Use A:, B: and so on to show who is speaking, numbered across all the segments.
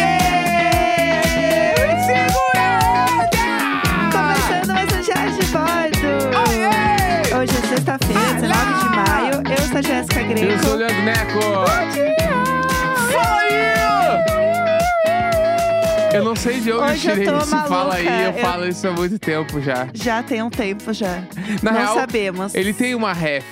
A: um é sexta-feira, 19 de maio. Eu sou a Jéssica Greco.
B: Eu sou é o Leandro Neco. Foi eu! Eu não sei de onde
A: Hoje eu
B: eu tirei
A: tô
B: isso. Fala aí, eu,
A: maluca. Eu-
B: falo isso há muito tempo já.
A: Já tem um tempo já.
B: Na
A: Não
B: real,
A: sabemos.
B: ele tem uma ref.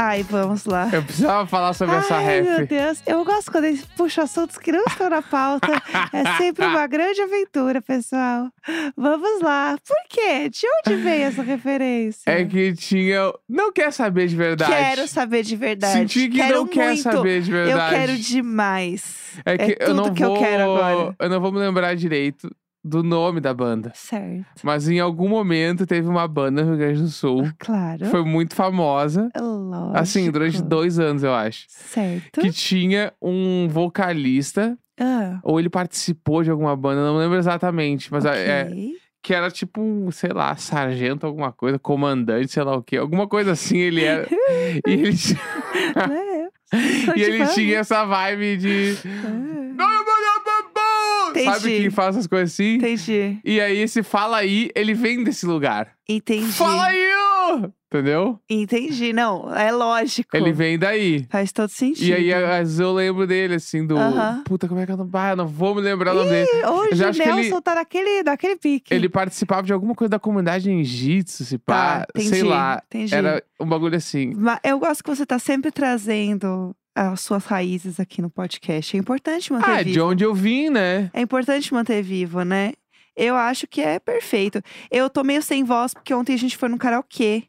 A: Ai, vamos lá.
B: Eu precisava falar sobre essa
A: Ai, meu
B: ref.
A: Deus. Eu gosto quando eles puxam assuntos que não estão na pauta. é sempre uma grande aventura, pessoal. Vamos lá. Por quê? De onde veio essa referência?
B: É que tinha. Não quer saber de verdade.
A: Quero saber de verdade.
B: Senti que
A: quero
B: não
A: muito.
B: quer saber de
A: Eu
B: verdade.
A: quero demais.
B: É que
A: tudo
B: eu não
A: que
B: vou.
A: eu quero agora.
B: eu não vou me lembrar direito do nome da banda.
A: Certo.
B: Mas em algum momento teve uma banda no Rio Grande do Sul.
A: Claro.
B: que Foi muito famosa.
A: É Lógico.
B: Assim, durante dois anos, eu acho.
A: Certo.
B: Que tinha um vocalista,
A: Ah,
B: ou ele participou de alguma banda, não lembro exatamente, mas a- é,
A: ok.
B: que era tipo um, sei lá, sargento, alguma coisa, comandante, sei lá o quê, alguma coisa assim ele era. e ele, ti-
A: É, sou
B: e
A: de
B: ele
A: banda.
B: tinha essa vibe de.
A: Ah,
B: Sabe
A: Entendi.
B: quem faz essas coisas assim?
A: Entendi.
B: E aí, esse fala aí, ele vem desse lugar.
A: Entendi.
B: Fala aí! ô! Entendeu?
A: Entendi. Não, é lógico.
B: Ele vem daí.
A: Faz todo sentido.
B: E aí, às vezes eu lembro dele, assim, do.
A: Aham.
B: Puta, como é que eu não. Ah, eu não vou me lembrar o nome dele.
A: Ih, hoje
B: já
A: o
B: acho que
A: Nelson
B: ele-
A: tá naquele, naquele pique.
B: Ele participava de alguma coisa da comunidade em Jitsu, se
A: tá,
B: pá. sei
A: entendi,
B: lá.
A: Entendi.
B: Era um bagulho assim.
A: Mas eu gosto que você tá sempre trazendo as suas raízes aqui no podcast. É importante manter
B: Ah,
A: vivo.
B: de onde eu vim, né?
A: É importante manter vivo, né? Eu acho que é perfeito. Eu tô meio sem voz, porque ontem a gente foi no karaokê.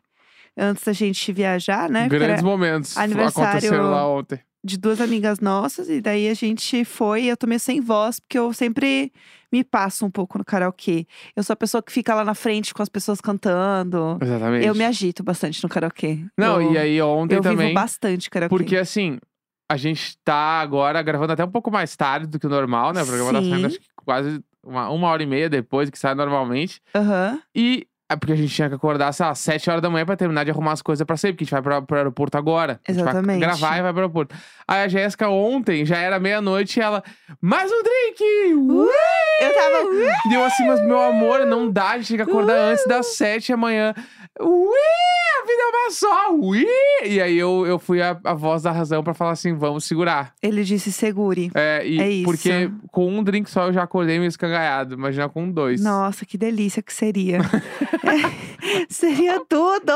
A: Antes da gente viajar, né? Porque era
B: Grandes momentos
A: aniversário-
B: aconteceram lá ontem.
A: de duas amigas nossas. E daí a gente foi e eu tô meio sem voz, porque eu sempre me passo um pouco no karaokê. Eu sou a pessoa que fica lá na frente com as pessoas cantando.
B: Exatamente.
A: Eu me agito bastante no karaokê.
B: Não,
A: eu,
B: e aí ontem
A: eu
B: também.
A: vivo bastante karaokê.
B: Porque assim, a gente tá agora gravando até um pouco mais tarde do que o normal, né? O programa tá
A: Sim.
B: saindo acho que quase uma, uma hora e meia depois do que sai normalmente.
A: Aham.
B: E é porque a gente tinha que acordar, sei lá, sete horas da manhã pra terminar de arrumar as coisas pra sair, porque a gente vai pra, pro aeroporto agora. A
A: Exatamente.
B: gente vai gravar e vai pro aeroporto. Aí a Jéssica ontem, já era meia-noite, e ela. Mais um drink! Ué!
A: Eu tava.
B: E eu assim, mas meu amor, não dá, a gente tem que acordar antes das sete amanhã. Ué! A vida é uma só! Ué! E aí eu, eu fui a, a voz da razão pra falar assim: vamos segurar.
A: Ele disse segure.
B: É, e
A: É isso.
B: porque com um drink só eu já acordei meio escangalhado. Imagina com dois.
A: Nossa, que delícia que seria. É, seria tudo!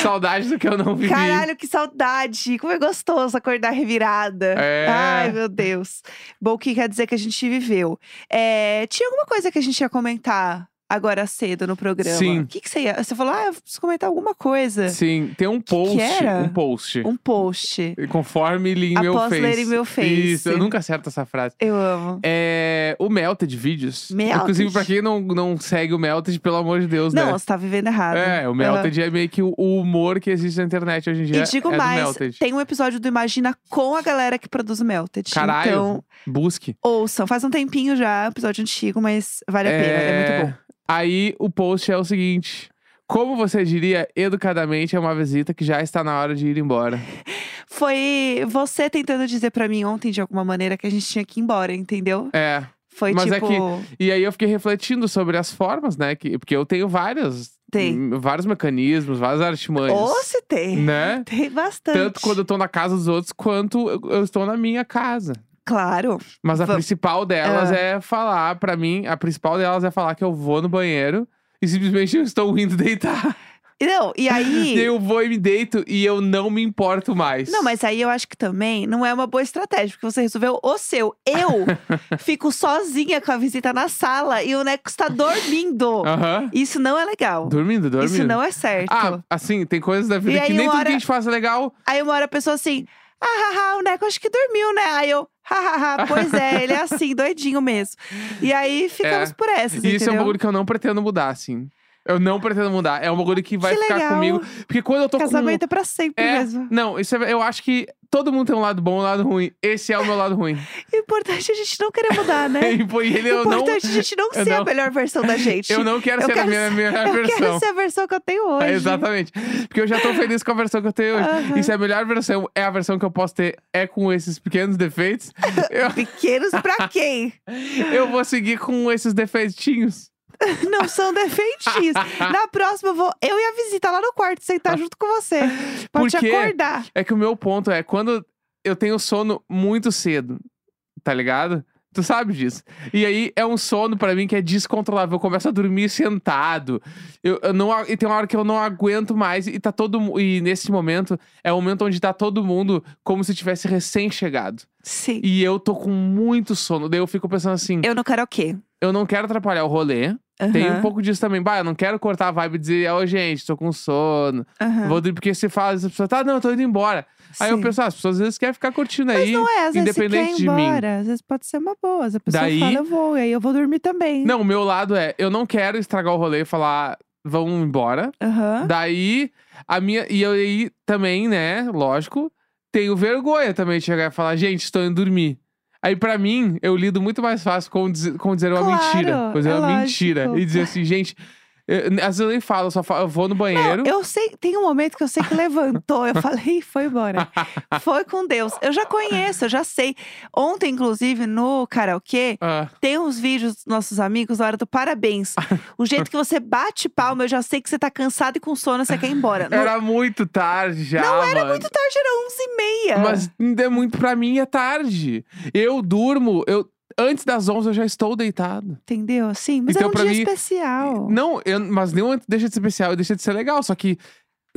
B: Saudade do que eu não vivi.
A: Caralho, que saudade! Como é gostoso acordar revirada.
B: É.
A: Ai, meu Deus. Bom, o que quer dizer que a gente viveu? É, tinha alguma coisa que a gente ia comentar agora cedo no programa?
B: Sim.
A: O que, que você ia. Você falou, ah, eu preciso comentar alguma coisa.
B: Sim, tem um
A: que
B: post.
A: era?
B: Um post.
A: Um post.
B: Conforme li em meu
A: Após
B: face.
A: ler em meu face.
B: Isso, eu nunca acerto essa frase.
A: Eu amo.
B: É, o Melted Vídeos.
A: Melted.
B: Inclusive, pra quem não, não segue o Melted, pelo amor de Deus,
A: Não,
B: né?
A: você tá vivendo errado.
B: É, o Melted é meio que o o humor que existe na internet hoje em dia.
A: E digo
B: é do
A: mais,
B: Melted.
A: tem um episódio do Imagina com a galera que produz o Melted.
B: Caralho.
A: Então,
B: Busque.
A: ouçam. Faz um tempinho já, episódio antigo, mas vale a pena, é, muito bom.
B: Aí o post é o seguinte. Como você diria, educadamente é uma visita que já está na hora de ir embora.
A: Foi você tentando dizer pra mim ontem, de alguma maneira, que a gente tinha que ir embora, entendeu?
B: É.
A: Foi
B: Mas é
A: tipo.
B: E aí eu fiquei refletindo sobre as formas, né? Que, porque eu tenho várias.
A: Tem.
B: hum, Vários mecanismos, várias artimanhas.
A: Ou se tem.
B: Né?
A: Tem bastante.
B: Tanto quando eu tô na casa dos outros, quanto eu, eu estou na minha casa.
A: Claro.
B: Mas a
A: Vam- Ah.
B: principal delas é falar, pra mim, a principal delas é falar que eu vou no banheiro e simplesmente eu estou indo deitar.
A: E Não, e aí.
B: E eu vou e me deito e eu não me importo mais.
A: Não, mas aí eu acho que também não é uma boa estratégia, porque você resolveu o seu. Eu fico sozinha com a visita na sala e o Neco está dormindo.
B: Aham.
A: Isso não é legal.
B: Dormindo, Ah. dormindo.
A: Isso não é certo.
B: Ah, assim, tem coisas da
A: E
B: vida
A: aí
B: que nem tudo
A: uma
B: que
A: hora-
B: a gente faz é legal.
A: Aí uma hora a pessoa assim, ah, haha, o Neco acho que dormiu, né? Aí eu, hahaha, pois é, ele é assim, doidinho mesmo. E aí ficamos
B: É.
A: por essas,
B: E isso é um
A: entendeu?
B: bagulho que eu não pretendo mudar, assim. Eu não pretendo mudar. É um bagulho que vai
A: Que
B: ficar
A: legal.
B: comigo. Porque quando eu tô
A: Casamento
B: com.
A: é pra sempre
B: É,
A: mesmo.
B: não, isso é- eu acho que todo mundo tem um lado bom e um lado ruim. Esse é o meu lado ruim.
A: O importante é a gente não querer mudar, né?
B: e pô, e ele
A: o
B: eu não,
A: importante é a gente não
B: eu
A: ser a
B: não-
A: melhor versão da gente.
B: eu não quero
A: Eu
B: ser
A: quero
B: a minha,
A: ser-
B: minha
A: Eu
B: versão.
A: quero ser a versão que eu tenho hoje.
B: É, exatamente. Porque eu já tô feliz com a versão que eu tenho hoje.
A: Aham.
B: E se a melhor versão é a versão que eu posso ter é com esses pequenos defeitos, eu,
A: Pequenos pra quem?
B: eu vou seguir com esses defeitinhos.
A: não são defeitis. Na próxima, eu, vou, eu e a visita lá no quarto, sentar junto com você. Pra te
B: Porque-
A: acordar.
B: É que o meu ponto é quando eu tenho sono muito cedo, tá ligado? Tu sabe disso. E aí é um sono pra mim que é descontrolável. Eu começo a dormir sentado. Eu, eu não, a- e tem uma hora que eu não aguento mais e tá todo mu- e nesse momento é o momento onde tá todo mundo como se tivesse recém-chegado.
A: Sim.
B: E eu tô com muito sono. Daí eu fico pensando assim, eu,
A: Eu não quero o quê?
B: não quero atrapalhar o rolê. Tem um
A: Aham,
B: pouco disso também. Bah, eu não quero cortar a vibe e dizer, ô gente, tô com sono.
A: aham.
B: Vou dormir, porque você fala, as pessoas, tá, não, eu tô indo embora. Aí eu
A: Sim.
B: penso, ah, as pessoas às vezes querem ficar curtindo
A: Mas
B: aí.
A: não é, às vezes se quer
B: independente
A: ir
B: de mim.
A: embora, às vezes pode ser uma boa. Às vezes A pessoa
B: Daí-
A: fala, eu vou, e aí eu vou dormir também.
B: Não, o meu lado é, eu não quero estragar o rolê e falar, vão embora.
A: Aham.
B: Daí, a minha. E eu aí também, né, lógico, tenho vergonha também de chegar e falar, gente, estou indo dormir. Aí, pra mim, eu lido muito mais fácil com, dizer- com dizer uma
A: Claro,
B: mentira. Com dizer
A: é
B: uma mentira.
A: lógico.
B: E dizer assim, gente. eu- às vezes eu nem falo, eu só falo, eu vou no banheiro.
A: Eu sei, tem um momento que eu sei que levantou, eu falei, "Ih, foi embora. Foi com Deus. Eu já conheço, eu já sei. Ontem, inclusive, no karaokê,
B: Ah,
A: tem uns vídeos dos nossos amigos na hora do parabéns. O jeito que você bate palma, eu já sei que você tá cansado e com sono, você quer ir embora. Não,
B: era muito tarde já.
A: não era
B: mano.
A: muito tarde, era 11 e meia.
B: Mas ainda é muito pra mim é tarde. Eu durmo, eu antes das 11 eu já estou deitado.
A: Entendeu? Assim, mas
B: Então,
A: é um
B: pra
A: dia
B: mim,
A: especial.
B: Não, eu- mas nenhum deixa de ser especial, deixa de ser legal, só que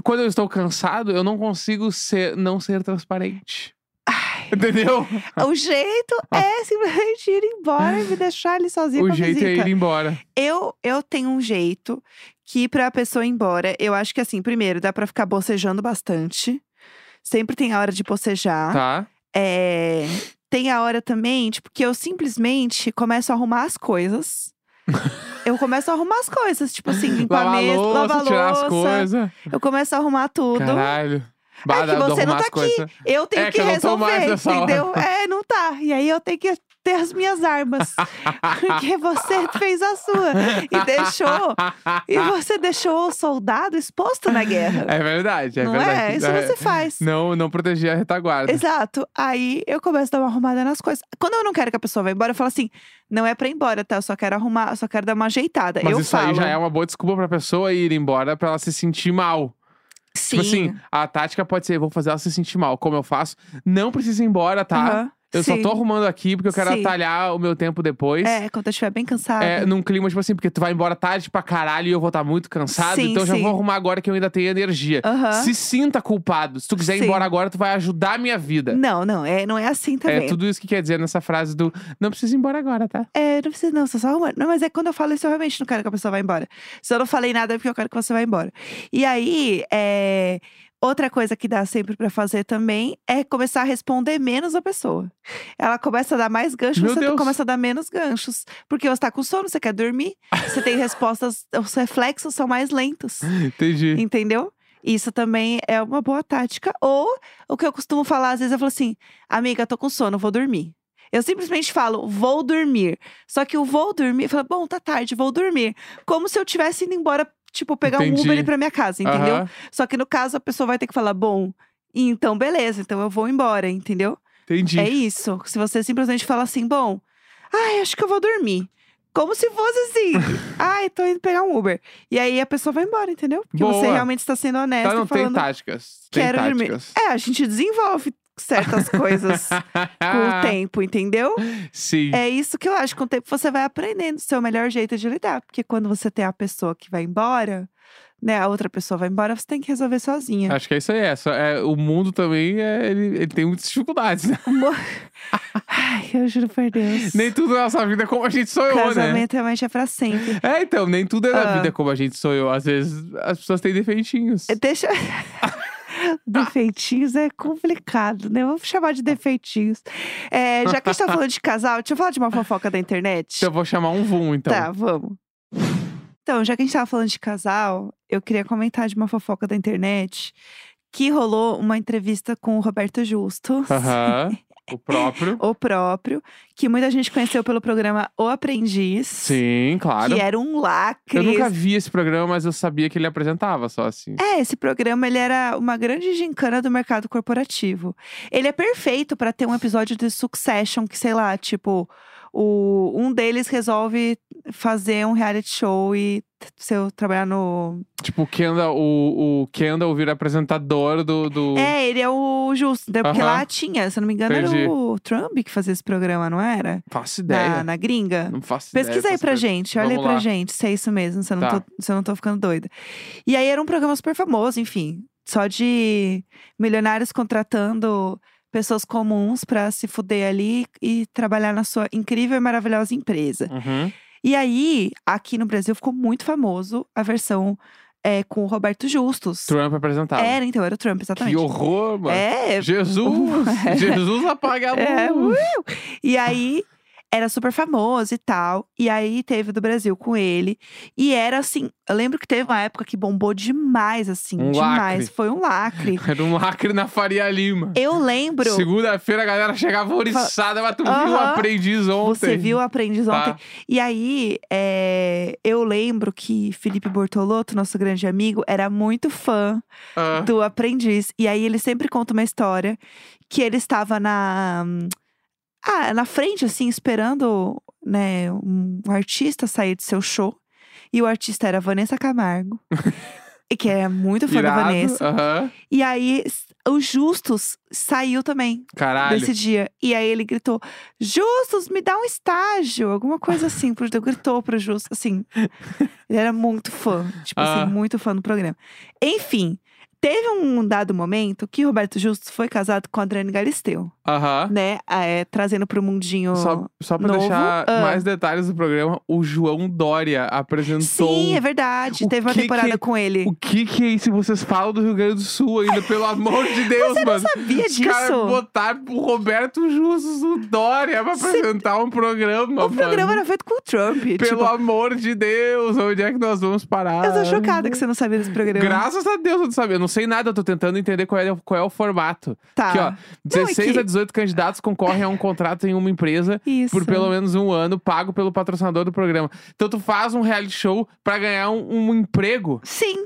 B: quando eu estou cansado, eu não consigo ser não ser transparente. Entendeu?
A: O jeito é simplesmente ir embora e me deixar ali sozinha com
B: o
A: a
B: jeito é
A: visita.
B: ir embora.
A: Eu, eu tenho um jeito que, pra pessoa ir embora, eu acho que assim, primeiro, dá pra ficar bocejando bastante. Sempre tem a hora de bocejar.
B: Tá?
A: É, Tem a hora também, tipo, que eu simplesmente começo a arrumar as coisas. eu começo a arrumar as coisas, tipo assim, limpar
B: Lavar
A: a mesa,
B: louça,
A: lavar a
B: tirar
A: louça.
B: as coisas.
A: Eu começo a arrumar tudo.
B: Caralho. Bah,
A: que
B: dá- dá
A: você não
B: arrumar
A: tá
B: as
A: aqui.
B: coisas.
A: Eu tenho
B: É que
A: que,
B: eu não tô
A: resolver,
B: mais nessa hora.
A: entendeu? É, não tá. E aí eu tenho que ter as minhas armas. porque você fez a sua e deixou e você deixou o soldado exposto na guerra.
B: É verdade, é
A: não
B: verdade.
A: é? Isso
B: É.
A: você faz.
B: Não, não proteger a retaguarda.
A: Exato. Aí eu começo a dar uma arrumada nas coisas. Quando eu não quero que a pessoa vá embora, eu falo assim: não é pra ir embora, tá? Eu só quero arrumar, eu só quero dar uma ajeitada.
B: Mas
A: eu
B: isso
A: falo.
B: aí já é uma boa desculpa pra pessoa ir embora pra ela se sentir mal.
A: Sim.
B: Tipo assim, a tática pode ser, vou fazer ela se sentir mal. Como eu faço? Não precisa ir embora, tá?
A: Aham.
B: Eu
A: Sim.
B: só tô arrumando aqui porque eu quero
A: Sim.
B: atalhar o meu tempo depois.
A: É, quando eu estiver bem cansada.
B: É, num clima, tipo assim, porque tu vai embora tarde pra caralho e eu vou estar muito cansado,
A: Sim,
B: então já
A: sim.
B: vou arrumar agora que eu ainda tenho energia.
A: Aham.
B: Se sinta culpado. Se tu quiser ir
A: Sim.
B: embora agora, tu vai ajudar a minha vida.
A: Não, não, é, não é assim também.
B: É tudo isso que quer dizer nessa frase do não precisa ir embora agora, tá?
A: É, não precisa, não, só só arrumando. Não, mas é quando eu falo isso, eu realmente não quero que a pessoa vá embora. Se eu não falei nada, é porque eu quero que você vá embora. E aí, é, outra coisa que dá sempre pra fazer também é começar a responder menos a pessoa. Ela começa a dar mais ganchos,
B: Meu
A: você
B: Deus.
A: começa a dar menos ganchos. Porque você tá com sono, você quer dormir, você tem respostas, os reflexos são mais lentos.
B: Entendi.
A: Entendeu? Isso também é uma boa tática. Ou o que eu costumo falar, às vezes eu falo assim, amiga, tô com sono, vou dormir. Eu simplesmente falo, vou dormir. Só que o vou dormir, fala, bom, tá tarde, vou dormir. Como se eu tivesse indo embora, tipo, pegar um
B: Entendi.
A: Uber e ir pra minha casa, entendeu?
B: Aham,
A: Só que no caso, a pessoa vai ter que falar, bom, então beleza, então eu vou embora, entendeu?
B: Entendi.
A: É isso. Se você simplesmente fala assim, bom, ai, acho que eu vou dormir. Como se fosse assim, ai, tô indo pegar um Uber. E aí a pessoa vai embora, entendeu? Porque você
B: Boa.
A: realmente está sendo honesta
B: Tá, não
A: e
B: tem
A: falando.
B: táticas. Tem
A: "Quero dormir".
B: táticas.
A: é, a gente desenvolve certas coisas com o tempo, entendeu?
B: Ah. Sim.
A: É isso que eu acho. Com o tempo você vai aprendendo o seu melhor jeito de lidar. Porque quando você tem a pessoa que vai embora, né, a outra pessoa vai embora, você tem que resolver sozinha.
B: Acho que é isso aí. É. Só- é, o mundo também, é, ele, ele tem muitas dificuldades. né?
A: Amor. Ai, eu juro por Deus.
B: Nem tudo na nossa vida é como a gente sonhou, né?
A: Casamento realmente é pra sempre.
B: É, então, nem tudo é na
A: Ah. É,
B: vida como a gente sonhou. Às vezes as pessoas têm defeitinhos.
A: Deixa. Defeitinhos é complicado, né? Vamos chamar de defeitinhos. É, já que a gente tá falando de casal, deixa eu falar de uma fofoca da internet.
B: Eu vou chamar um VUM, então.
A: Tá, vamos. Então, já que a gente tava falando de casal, eu queria comentar de uma fofoca da internet que rolou uma entrevista com o Roberto Justo,
B: Aham. O próprio.
A: o próprio, que muita gente conheceu pelo programa O Aprendiz,
B: Sim, claro.
A: que era um lacre.
B: Eu nunca vi esse programa, mas eu sabia que ele apresentava só assim.
A: É, esse programa ele era uma grande gincana do mercado corporativo. Ele é perfeito pra ter um episódio de Succession que, sei lá, tipo, o, um deles resolve fazer um reality show e se eu trabalhar no.
B: Tipo, o Kendall, o, o Kendall vira apresentador do. do...
A: É, ele é o justo, né? Porque
B: Aham.
A: lá tinha, se eu não me engano,
B: Entendi.
A: era o Trump que fazia esse programa, não era?
B: Faço
A: Na,
B: ideia.
A: na gringa.
B: Não faço
A: Pesquisa
B: ideia.
A: aí
B: faço
A: pra
B: ideia.
A: gente, olha aí
B: É, Vamos
A: pra
B: lá.
A: gente se é isso mesmo, se eu, não
B: Tá.
A: tô, se eu não tô ficando doida. E aí era um programa super famoso, enfim, só de milionários contratando pessoas comuns pra se fuder ali e trabalhar na sua incrível e maravilhosa empresa.
B: Uhum.
A: E aí, aqui no Brasil ficou muito famoso a versão é, com o Roberto Justus.
B: Trump apresentado.
A: Era, então, era o Trump, exatamente.
B: que horror, mano.
A: É,
B: Jesus! Jesus apaga a luz.
A: É, uiu. E aí era super famoso e tal. E aí teve do Brasil com ele. E era assim, eu lembro que teve uma época que bombou demais, assim,
B: Um
A: demais.
B: lacre.
A: Foi um lacre.
B: Era um lacre na Faria Lima.
A: Eu lembro.
B: Segunda-feira a galera chegava oriçada, mas tu viu o
A: Aham.
B: aprendiz ontem.
A: Você viu o aprendiz ontem.
B: Tá.
A: E aí, é, eu lembro que Felipe Bortolotto, nosso grande amigo, era muito fã
B: Ah,
A: do aprendiz. E aí ele sempre conta uma história que ele estava na ah, na frente assim esperando, né, um artista sair do seu show. E o artista era Vanessa Camargo. e que é muito fã
B: irado.
A: da Vanessa.
B: Aham.
A: E aí s- o Justus saiu também
B: Caralho.
A: desse dia. E aí ele gritou: Justus, me dá um estágio. Alguma coisa assim. Pro, gritou pro Justus, assim. Ele era muito fã. Tipo
B: Ah.
A: assim, muito fã do programa. Enfim, teve um dado momento que Roberto Justus foi casado com a Adriane Galisteu,
B: Aham.
A: né? Ah, é, trazendo pro mundinho.
B: Só, só pra
A: novo.
B: deixar
A: Ah.
B: mais detalhes do programa, o João Dória apresentou.
A: Sim, é verdade.
B: O
A: Teve uma
B: que que-
A: temporada com ele.
B: O que que é isso? Vocês falam do Rio Grande do Sul ainda, pelo amor de Deus,
A: Você não
B: mano.
A: sabia
B: Os caras
A: disso?
B: botaram o Roberto Justus, o Dória, pra
A: Cê-
B: apresentar um programa,
A: O programa
B: mano.
A: era feito com o Trump.
B: Pelo
A: tipo,
B: amor de Deus, onde é que nós vamos parar?
A: eu tô chocada que você não sabia desse programa.
B: Graças a Deus eu não sabia. Eu não sei nada, eu tô tentando entender qual é, qual é o formato.
A: tá.
B: Aqui, ó, 16
A: que-
B: a 18 candidatos concorrem a um contrato em uma empresa
A: Isso.
B: por pelo menos um ano, pago pelo patrocinador do programa. Então tu faz um reality show pra ganhar um, um emprego.
A: Sim.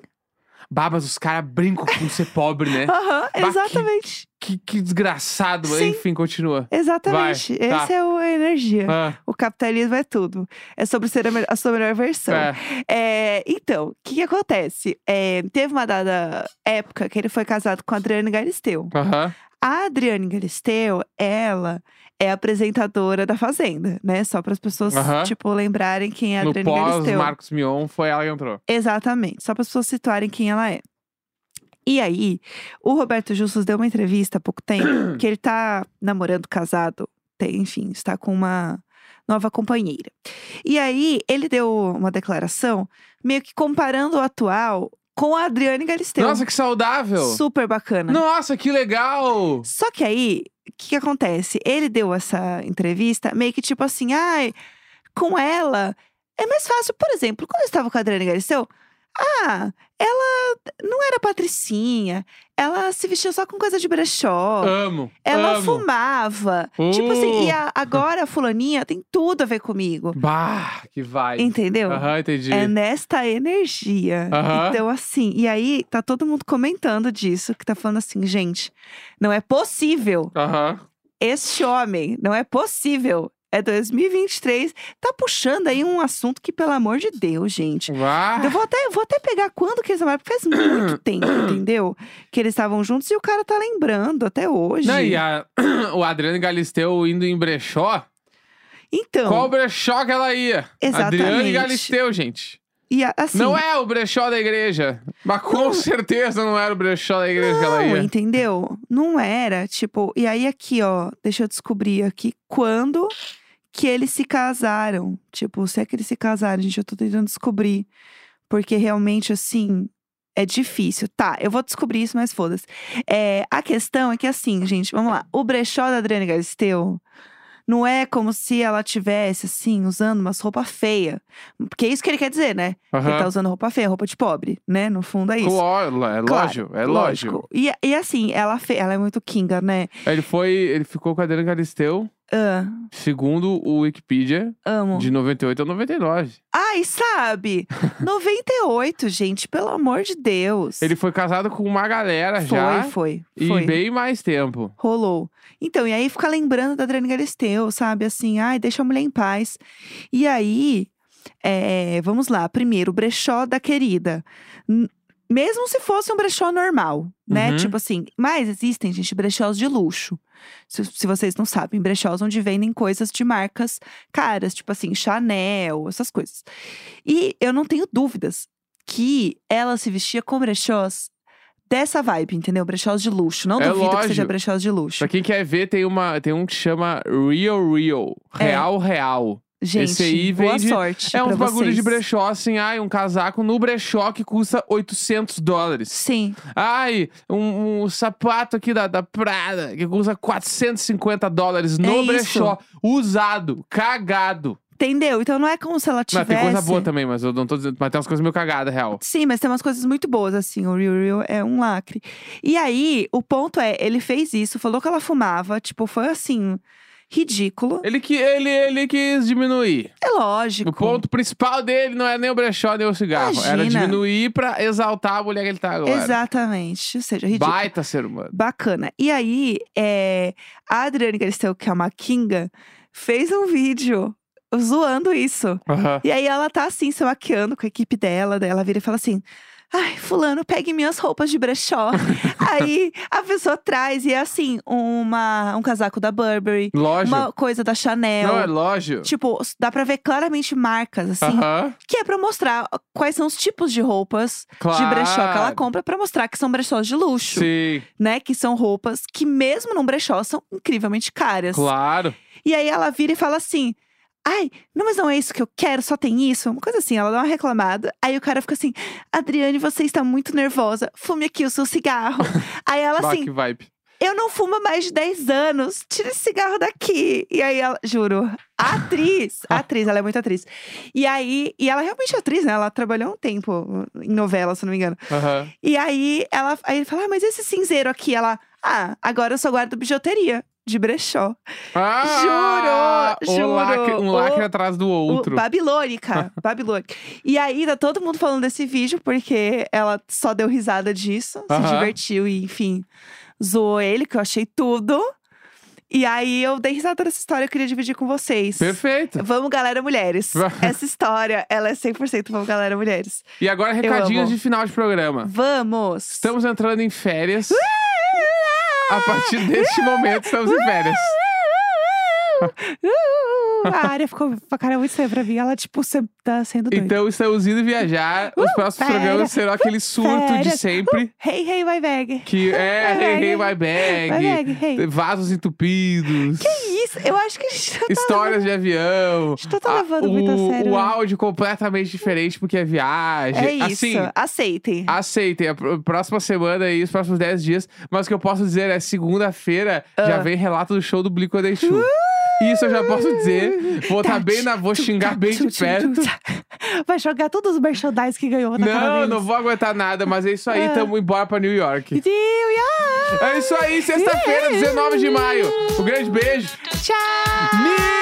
B: Babas, os caras brincam com ser pobre, né?
A: Aham,
B: que-
A: exatamente.
B: Que, que desgraçado.
A: Sim.
B: Enfim, continua.
A: Exatamente.
B: Vai, tá.
A: Essa é o- a energia.
B: Ah,
A: O capitalismo é tudo. É sobre ser a, me- a sua melhor versão.
B: é.
A: É, então, o que, que acontece? É, teve uma dada época que ele foi casado com a Adriane Galisteu.
B: Aham.
A: A Adriane Galisteu, ela é apresentadora da Fazenda, né? Só para as pessoas,
B: Aham.
A: tipo, lembrarem quem é a
B: No
A: Adriane
B: pós,
A: Galisteu.
B: Marcos Mion, foi ela que entrou.
A: Exatamente. Só para as pessoas situarem quem ela é. E aí, o Roberto Justus deu uma entrevista há pouco tempo que ele tá namorando, casado, tem, enfim, está com uma nova companheira. E aí, ele deu uma declaração meio que comparando o atual com a Adriane Galisteu.
B: Nossa, que saudável!
A: Super bacana.
B: Nossa, que legal!
A: Só que aí, o que, que acontece? Ele deu essa entrevista meio que tipo assim, ai, com ela é mais fácil. Por exemplo, quando eu estava com a Adriana Galisteu, ah, ela não era patricinha, ela se vestia só com coisa de brechó.
B: Amo!
A: Ela
B: amo. Hum.
A: fumava. Tipo assim, e a- agora a fulaninha tem tudo a ver comigo.
B: Uh, Bah, que vai.
A: Entendeu?
B: Aham, entendi.
A: É nesta energia.
B: Aham.
A: Então, assim, e aí tá todo mundo comentando disso, que tá falando assim, gente, não é possível
B: Aham.
A: este homem, não é possível. É 2023, tá puxando aí um assunto que, pelo amor de Deus, gente.
B: Bah.
A: Eu vou até, vou até pegar quando que eles namoraram, porque faz muito tempo, entendeu? Que eles estavam juntos e o cara tá lembrando até hoje.
B: Não, e a, o Adriano Galisteu indo em brechó.
A: Então,
B: Qual brechó que ela ia?
A: Exatamente.
B: Adriane Galisteu, gente.
A: e a- assim,
B: Não é o brechó da igreja. Mas com certeza não era o brechó da igreja que ela
A: não,
B: ia.
A: entendeu? Não era, tipo, e aí aqui, ó, deixa eu descobrir aqui quando que eles se casaram. Tipo, se é que eles se casaram, gente, eu tô tentando descobrir. Porque realmente, assim, é difícil. Tá, eu vou descobrir isso, mas foda-se. É, a questão é que, assim, gente, vamos lá. O brechó da Adriane Galisteu não é como se ela tivesse, assim, usando umas roupas feias. Porque é isso que ele quer dizer, né? Que ele tá
B: Aham.
A: usando roupa feia, roupa de pobre, né? No fundo é isso.
B: Claro, é
A: Claro,
B: lógico, é lógico.
A: E, e assim, ela, fe- ela é muito kinga, né?
B: Ele foi, ele ficou com a Adriana Galisteu.
A: Ah,
B: Segundo o Wikipedia,
A: amo.
B: de 98 a 99.
A: Ai, sabe? 98, gente, pelo amor de Deus.
B: Ele foi casado com uma galera
A: foi,
B: já.
A: foi,
B: E
A: foi.
B: bem mais tempo.
A: Rolou. Então, e aí fica lembrando da Adriana Galisteu, sabe? Assim, ai, deixa a mulher em paz. E aí, é, vamos lá. Primeiro, o brechó da querida. N- mesmo se fosse um brechó normal, né?
B: Uhum.
A: Tipo assim, mas existem, gente, brechós de luxo. Se, se vocês não sabem, brechós onde vendem coisas de marcas caras, tipo assim, Chanel, essas coisas. E eu não tenho dúvidas que ela se vestia com brechós dessa vibe, entendeu? Brechós de luxo. Não
B: É
A: duvido que seja
B: lógico.
A: brechós de luxo.
B: Pra quem quer ver, tem, uma, tem um que chama Real Real.
A: É.
B: Real Real.
A: Gente,
B: Esse aí
A: boa
B: vende-
A: sorte
B: É uns
A: pra
B: bagulho de
A: vocês.
B: brechó, assim, ai, um casaco no brechó que custa 800 dólares.
A: Sim,
B: Ai, um, um sapato aqui da, da Prada que custa 450 dólares no
A: É isso.
B: brechó. Usado, cagado.
A: entendeu? Então não é como se ela
B: Mas
A: tivesse...
B: tem coisa boa também, mas eu não tô dizendo. Mas tem umas coisas meio cagadas, real.
A: Sim, mas tem umas coisas muito boas, assim. O Real Real é um lacre. E aí, o ponto é, ele fez isso, falou que ela fumava. Tipo, foi assim, ridículo.
B: Ele, que, ele, ele quis diminuir.
A: É lógico.
B: O ponto principal dele não é nem o brechó, nem o cigarro. Era
A: Imagina.
B: diminuir pra exaltar a mulher que ele tá agora.
A: Exatamente. Ou seja, ridículo.
B: Baita ser humano.
A: Bacana. E aí, é, a Adriane Galisteu, que é uma kinga, fez um vídeo zoando isso.
B: Aham.
A: E aí ela tá assim, se maquiando com a equipe dela, daí ela vira e fala assim. Ai, fulano, pegue minhas roupas de brechó. aí a pessoa traz e é assim, uma, um casaco da Burberry,
B: Uhum. Lógico.
A: uma coisa da Chanel.
B: Não, é lógico.
A: Tipo, s- dá pra ver claramente marcas, assim.
B: Aham.
A: Que é pra mostrar quais são os tipos de roupas
B: Claro.
A: de brechó que ela compra, pra mostrar que são brechós de luxo,
B: Sim,
A: né? Que são roupas que, mesmo num brechó, são incrivelmente caras.
B: claro.
A: E aí ela vira e fala assim: Ai, não, mas não é isso que eu quero, só tem isso. Uma coisa assim, ela dá uma reclamada. Aí o cara fica assim: Adriane, você está muito nervosa, fume aqui o seu cigarro. aí ela
B: Bah,
A: assim:
B: que vibe.
A: Eu não fumo há mais de 10 anos, tira esse cigarro daqui. E aí ela, juro, atriz, atriz, ela é muito atriz. E aí, e ela realmente é atriz, né? Ela trabalhou um tempo em novela, se não me engano.
B: Aham.
A: E aí ela aí ele fala: ah, mas esse cinzeiro aqui, ela, ah, agora eu só guardo bijuteria de brechó.
B: Ah,
A: Juro,
B: o
A: juro.
B: lacre- um lacre
A: O-
B: atrás do
A: O-
B: outro.
A: Babilônica, Babilônica. E aí tá todo mundo falando desse vídeo, porque ela só deu risada disso,
B: Aham.
A: se divertiu e, enfim, zoou ele, que eu achei tudo. E aí eu dei risada dessa história, eu queria dividir com vocês.
B: Perfeito.
A: Vamos, galera, mulheres.
B: Va-
A: Essa história, ela é 100% vamos, galera, mulheres.
B: E agora, recadinhos
A: amo.
B: de final de programa.
A: Vamos!
B: Estamos entrando em férias.
A: Ah!
B: A partir deste momento, estamos em férias.
A: A área ficou com a cara muito séria pra mim. Ela, tipo, você tá sendo doida.
B: Então, estamos indo viajar. Os
A: Uh,
B: próximos
A: férias.
B: programas serão aquele surto de
A: férias.
B: sempre.
A: Hey, hey, my bag.
B: Que
A: Uh, Vai,
B: é, hey, hey,
A: vai,
B: my bag.
A: bag, hey.
B: Vasos entupidos.
A: Que isso? Eu acho que a gente tá
B: Histórias de avião.
A: Acho que tu tá
B: Ah,
A: levando
B: o,
A: muito a sério,
B: O
A: né?
B: áudio completamente diferente porque é viagem.
A: É isso.
B: Assim,
A: Aceitem.
B: aceitem. A pr- próxima semana aí, os próximos 10 dias. Mas o que eu posso dizer é: segunda-feira já
A: Ah. Uh.
B: vem relato do show do Blico Deixu. Isso eu já posso dizer. Vou tá bem na. Vou xingar bem de perto.
A: Vai jogar todos os merchandise que ganhou na cara
B: Não,
A: deles.
B: não vou aguentar nada, mas é isso aí.
A: Ah.
B: Tamo embora pra New York.
A: Tio, yeah!
B: É isso aí, sexta-feira, 19 de maio. Um grande beijo.
A: Tchau!
B: Me-
A: Tá Tá